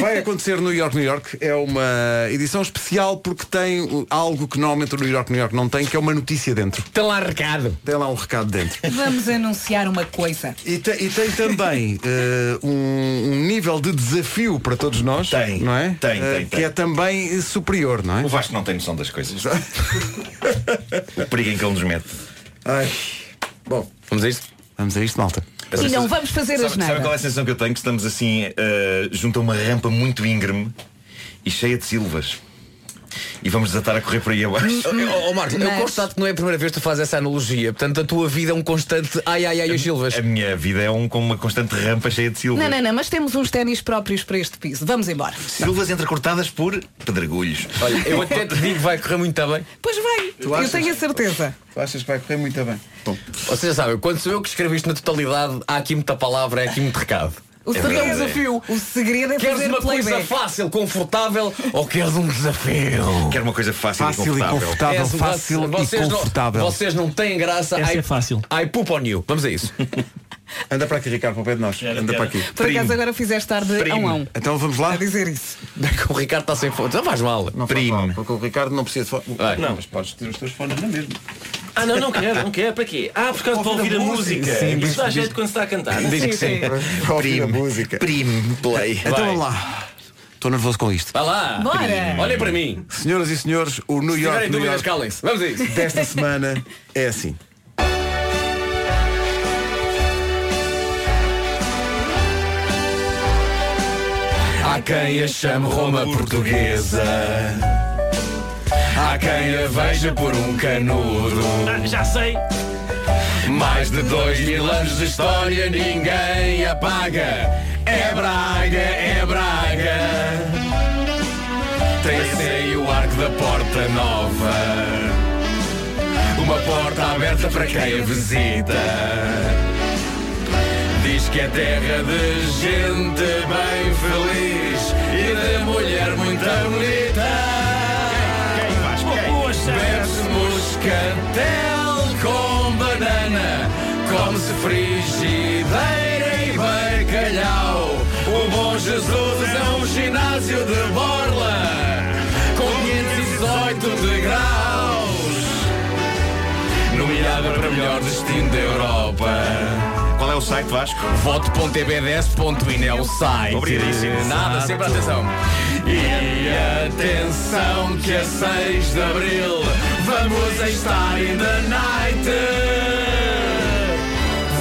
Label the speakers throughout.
Speaker 1: Vai acontecer New York, New York. É uma edição especial porque tem algo que normalmente o New York, New York não tem, que é uma notícia dentro.
Speaker 2: Tem lá recado.
Speaker 1: Tem lá um recado dentro.
Speaker 3: Vamos anunciar uma coisa.
Speaker 1: E, te- e tem também eh, um, um nível de desafio para todos nós.
Speaker 4: Tem,
Speaker 1: não é?
Speaker 4: tem,
Speaker 1: Eh,
Speaker 4: tem,
Speaker 1: Que
Speaker 4: tem.
Speaker 1: é também eh, superior, não é?
Speaker 4: O Vasco não tem noção das coisas. o perigo em que ele nos mete.
Speaker 1: Ai. Bom,
Speaker 2: Vamos a isto?
Speaker 1: vamos a isto, malta.
Speaker 3: E não vamos fazer
Speaker 4: sabe,
Speaker 3: as
Speaker 4: Sabe qual é
Speaker 3: nada.
Speaker 4: a sensação que eu tenho? Que estamos assim eh, junto a uma rampa muito íngreme e cheia de silvas. E vamos desatar a correr por aí abaixo.
Speaker 2: Ó oh, Marcos, eu
Speaker 3: Mas-
Speaker 2: constato que não é a primeira vez que tu fazes essa analogia. Portanto, a tua vida é um constante ai ai ai os Silvas.
Speaker 4: A minha vida é um, com uma constante rampa cheia de silvas.
Speaker 3: Não, não, não, mas temos uns ténis próprios para este piso. Vamos embora.
Speaker 4: Silvas entrecortadas por pedregulhos.
Speaker 2: Olha, eu até te digo que vai correr muito bem.
Speaker 3: Pois bem, eu
Speaker 1: achas?
Speaker 3: tenho a certeza.
Speaker 1: Tu achas que vai correr muito bem? Bom,
Speaker 2: Vocês já sabem, quando sou eu que escrevo isto na totalidade, há aqui muita palavra, há aqui muito recado.
Speaker 3: O segredo,
Speaker 2: um desafio.
Speaker 3: O segredo é
Speaker 2: Queres
Speaker 3: fazer
Speaker 2: uma coisa
Speaker 3: playback.
Speaker 2: fácil, confortável ou queres um desafio?
Speaker 4: Quero uma coisa fácil,
Speaker 1: fácil e confortável,
Speaker 2: És um
Speaker 1: fácil
Speaker 2: vocês
Speaker 1: e
Speaker 2: não-
Speaker 1: confortável.
Speaker 2: vocês não têm graça.
Speaker 5: Essa
Speaker 2: I-
Speaker 5: é fácil.
Speaker 2: I poop on you. Vamos a isso.
Speaker 1: Anda para aqui, Ricardo, para o pé de nós. Anda para aqui.
Speaker 3: Por acaso
Speaker 4: Primo.
Speaker 3: agora fizeste tarde a um a um.
Speaker 1: Então vamos lá.
Speaker 3: A dizer isso.
Speaker 2: o Ricardo está sem foto. Não faz mal.
Speaker 1: Não faz
Speaker 4: Primo.
Speaker 1: mal, Porque o Ricardo não precisa de fone.
Speaker 2: Vai.
Speaker 1: Não, mas podes ter os teus fones na mesma.
Speaker 6: Ah, não, não quero, não quero. Para quê? Ah, por causa de
Speaker 1: Ouvir
Speaker 6: ouvir
Speaker 1: a
Speaker 6: a
Speaker 1: música.
Speaker 6: música.
Speaker 1: Sim, diz-
Speaker 6: Isso dá
Speaker 1: diz-
Speaker 6: jeito quando se está a cantar.
Speaker 2: Diz que sim.
Speaker 1: Para ouvir a música.
Speaker 4: Primo play.
Speaker 1: Então vamos lá. Estou nervoso com isto.
Speaker 2: Vá lá.
Speaker 3: Bora.
Speaker 2: Olhem para mim.
Speaker 1: Senhoras e senhores, o New
Speaker 2: Se
Speaker 1: York,
Speaker 2: tiverem
Speaker 1: New
Speaker 2: dúvidas,
Speaker 1: York
Speaker 2: calem-se. Vamos a isso.
Speaker 1: desta semana é assim.
Speaker 2: Há quem a chame Roma portuguesa. Há quem a veja por um canudo.
Speaker 6: Ah, já sei.
Speaker 2: Mais de dois mil anos de história ninguém apaga. É Braga, é Braga. Tem e o arco da Porta Nova. Uma porta aberta para quem a visita. Diz que é terra de gente bem feliz e de mulher muito bonita. Bebe-se moscatel com banana Come-se frigideira e bacalhau O bom Jesus é um ginásio de borla Com 518 degraus Nomeada para melhor destino da Europa
Speaker 4: Qual é o site Vasco?
Speaker 2: Voto.tb10.in é o site.
Speaker 4: Obrigadíssimo.
Speaker 2: Nada, sempre atenção. E atenção que a 6 de Abril vamos estar in the night.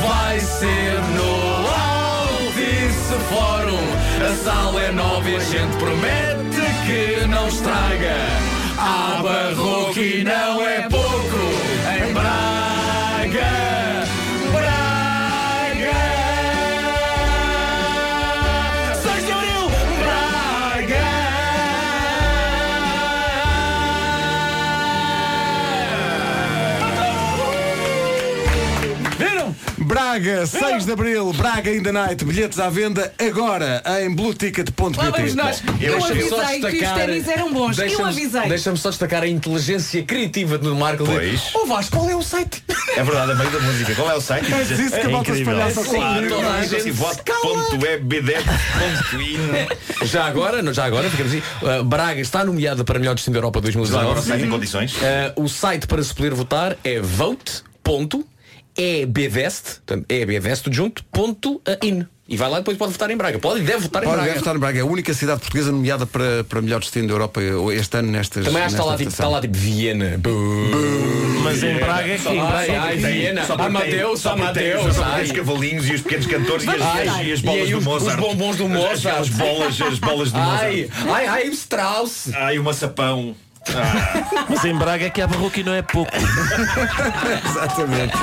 Speaker 2: Vai ser no Altice Fórum. A sala é nova e a gente promete que não estraga. Há barroco e não é pouco em Braga. Braga! 6 de Abril! Braga! Viram?
Speaker 1: Braga, 6 de Abril, Braga in the Night, bilhetes à venda agora em
Speaker 3: Lá vamos
Speaker 1: blueticket.pt.
Speaker 3: nós. Eu,
Speaker 2: Deixa-me só
Speaker 3: avisei que os
Speaker 2: destacar-
Speaker 3: ténis eram bons. Eu
Speaker 2: deixa-me-
Speaker 3: avisei.
Speaker 2: Deixa-me só destacar a inteligência criativa do Marco.
Speaker 4: Pois.
Speaker 2: O Vasco, qual é o site?
Speaker 4: É verdade, a meio da música. Qual é o site?
Speaker 1: Mas isso que a malta se
Speaker 5: incrível.
Speaker 1: palhaça com
Speaker 2: Claro, toda a gente se
Speaker 4: Voto.webd.in
Speaker 2: Já agora, já agora, ficamos aí. Uh, Braga está nomeada para melhor destino da Europa 2019.
Speaker 4: Agora o site em condições.
Speaker 2: Uh, o site para se poder votar é vote.ebvest, portanto, ebvest tudo junto, ponto, uh, in. E vai lá e depois pode votar em Braga. Pode e deve votar em
Speaker 1: Ora,
Speaker 2: Braga.
Speaker 1: deve estar em Braga, é a única cidade portuguesa nomeada para, para melhor destino da Europa este ano nestas.
Speaker 2: Também acho que está lá,
Speaker 1: nesta
Speaker 2: tipo, está
Speaker 1: votação.
Speaker 2: lá tipo Viena.
Speaker 5: Mas em
Speaker 4: é
Speaker 5: Braga,
Speaker 2: Ai, ai, Viena. Ai, Mateus, ai, Mateus.
Speaker 4: Os
Speaker 2: ai.
Speaker 4: pequenos cavalinhos e os pequenos cantores e as,
Speaker 2: Ai,
Speaker 4: e as
Speaker 2: e
Speaker 4: bolas
Speaker 2: aí
Speaker 4: do
Speaker 2: os-
Speaker 4: Mozart.
Speaker 2: os bombons do Mozart.
Speaker 4: As, as bolas, as bolas do
Speaker 2: Ai,
Speaker 4: Mozart.
Speaker 2: ai, ai, Strauss.
Speaker 4: Ai, o maçapão.
Speaker 5: mas em Braga que há barroco e não é pouco.
Speaker 1: Exatamente.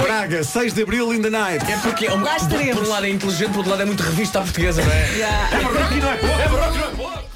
Speaker 1: Braga, 6 de Abril in the Night.
Speaker 2: É porque é um-
Speaker 3: Lá estaremos.
Speaker 2: por um lado é inteligente, por outro lado é muito revista à portuguesa, não é?
Speaker 3: Já.
Speaker 4: Barroco e não é pouco.
Speaker 2: É barroco, não é pouco.